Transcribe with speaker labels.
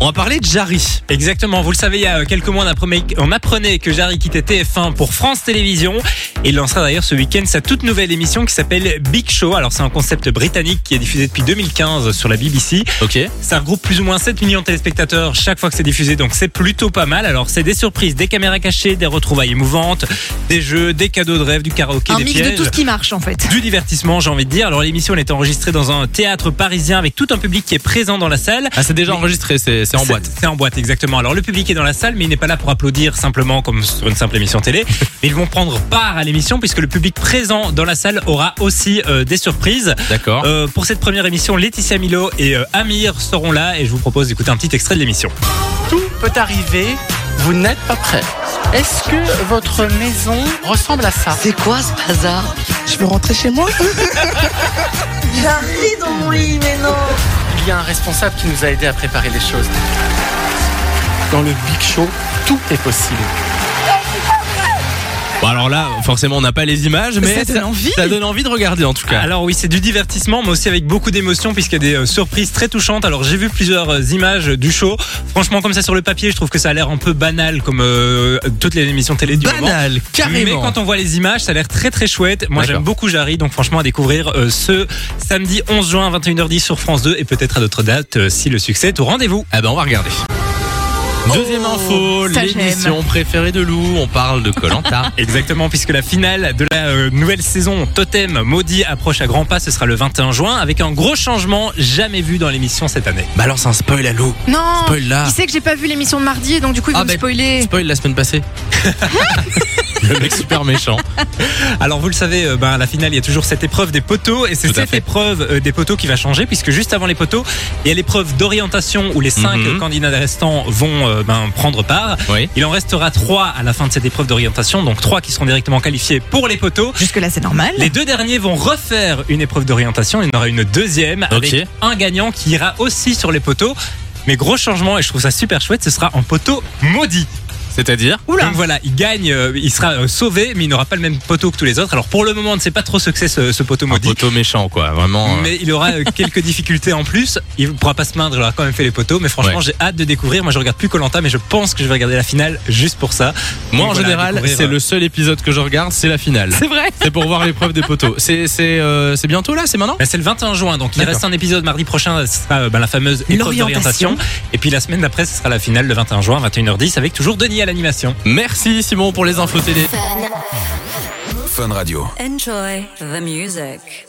Speaker 1: On va parler de Jarry.
Speaker 2: Exactement, vous le savez, il y a quelques mois, on apprenait, on apprenait que Jarry quittait TF1 pour France Télévisions. Et il lancera d'ailleurs ce week-end sa toute nouvelle émission qui s'appelle Big Show. Alors, c'est un concept britannique qui est diffusé depuis 2015 sur la BBC.
Speaker 1: Ok.
Speaker 2: Ça regroupe plus ou moins 7 millions de téléspectateurs chaque fois que c'est diffusé, donc c'est plutôt pas mal. Alors, c'est des surprises, des caméras cachées, des retrouvailles émouvantes, des jeux, des cadeaux de rêve, du karaoké,
Speaker 3: Un
Speaker 2: des
Speaker 3: mix
Speaker 2: pièges
Speaker 3: de tout ce qui marche en fait.
Speaker 2: du divertissement, j'ai envie de dire. Alors l'émission elle est enregistrée dans un théâtre parisien avec tout un public qui est présent dans la salle.
Speaker 1: Ah, c'est déjà
Speaker 2: Mais-
Speaker 1: enregistré, c'est c'est en boîte.
Speaker 2: C'est en boîte, exactement. Alors le public est dans la salle, mais il n'est pas là pour applaudir simplement comme sur une simple émission télé. Mais ils vont prendre part à l'émission puisque le public présent dans la salle aura aussi euh, des surprises.
Speaker 1: D'accord.
Speaker 2: Euh, pour cette première émission, Laetitia Milo et euh, Amir seront là et je vous propose d'écouter un petit extrait de l'émission.
Speaker 4: Tout peut arriver, vous n'êtes pas prêt. Est-ce que votre maison ressemble à ça
Speaker 5: C'est quoi ce bazar Je veux rentrer chez moi
Speaker 6: J'arrive dans mon lit, mais non
Speaker 4: Il y a un responsable qui nous a aidé à préparer les choses. Dans le Big Show, tout est possible.
Speaker 1: Bon, alors là, forcément, on n'a pas les images, mais
Speaker 3: Ça donne envie.
Speaker 1: ça donne envie de regarder en tout cas.
Speaker 2: Alors oui, c'est du divertissement, mais aussi avec beaucoup d'émotions puisqu'il y a des euh, surprises très touchantes. Alors j'ai vu plusieurs euh, images du show. Franchement, comme ça sur le papier, je trouve que ça a l'air un peu banal comme euh, toutes les émissions télé du moment.
Speaker 1: Banal,
Speaker 2: Mais
Speaker 1: carrément.
Speaker 2: quand on voit les images, ça a l'air très très chouette. Moi
Speaker 1: D'accord.
Speaker 2: j'aime beaucoup Jarry, donc franchement à découvrir euh, ce samedi 11 juin 21h10 sur France 2 et peut-être à d'autres dates euh, si le succès est au rendez-vous.
Speaker 1: Ah ben, on va regarder. Deuxième info,
Speaker 3: ça,
Speaker 1: l'émission préférée de Lou. On parle de Colanta.
Speaker 2: Exactement, puisque la finale de la euh, nouvelle saison Totem Maudit approche à grands pas, ce sera le 21 juin, avec un gros changement jamais vu dans l'émission cette année.
Speaker 1: Balance un spoil à Lou.
Speaker 3: Non
Speaker 1: Spoil là.
Speaker 3: Il sait que j'ai pas vu l'émission de mardi et donc du coup il va
Speaker 1: Ah,
Speaker 3: me
Speaker 1: ben,
Speaker 3: spoiler.
Speaker 1: Spoil la semaine passée. le mec super méchant.
Speaker 2: Alors vous le savez, euh, ben, à la finale, il y a toujours cette épreuve des poteaux, et c'est
Speaker 1: Tout à
Speaker 2: cette
Speaker 1: fait.
Speaker 2: épreuve euh, des poteaux qui va changer, puisque juste avant les poteaux, il y a l'épreuve d'orientation où les cinq
Speaker 1: Mhm.
Speaker 2: euh, candidats restants vont euh, ben, prendre part.
Speaker 1: Oui.
Speaker 2: Il en restera trois à la fin de cette épreuve d'orientation, donc trois qui seront directement qualifiés pour les poteaux.
Speaker 3: Jusque là c'est normal.
Speaker 2: Les deux derniers vont refaire une épreuve d'orientation. Il y en aura une deuxième
Speaker 1: Ok.
Speaker 2: avec un gagnant qui ira aussi sur les poteaux. Mais gros changement, et je trouve ça super chouette, ce sera en poteau maudit.
Speaker 1: C'est-à-dire
Speaker 2: Donc voilà, il gagne, euh, il sera euh, sauvé, mais il n'aura pas le même poteau que tous les autres. Alors pour le moment, on ne sait pas trop ce que c'est ce, ce poteau
Speaker 1: un
Speaker 2: maudit.
Speaker 1: poteau méchant, quoi. Vraiment. euh,
Speaker 2: Mais il aura euh, quelques difficultés en plus. Il ne pourra pas se plaindre, il aura quand même fait les poteaux. Mais franchement,
Speaker 1: Ouais.
Speaker 2: j'ai hâte de découvrir. Moi, je regarde plus Colanta, mais je pense que je vais regarder la finale juste pour ça.
Speaker 1: Moi, en
Speaker 2: Donc, voilà,
Speaker 1: général,
Speaker 2: découvrir,
Speaker 1: c'est
Speaker 2: euh,
Speaker 1: le seul épisode que je regarde, c'est la finale.
Speaker 3: C'est vrai
Speaker 1: C'est pour voir l'épreuve des poteaux. C'est c'est euh, c'est bientôt là, c'est maintenant.
Speaker 2: Ben, c'est le 21 juin, donc il
Speaker 1: D'accord.
Speaker 2: reste un épisode mardi prochain, ce sera euh, ben, la fameuse épreuve
Speaker 3: L'orientation.
Speaker 2: d'orientation. Et puis la semaine d'après, ce sera la finale le 21 juin, 21h10, avec toujours Denis à l'animation.
Speaker 1: Merci Simon pour les infos télé.
Speaker 7: Enjoy the music.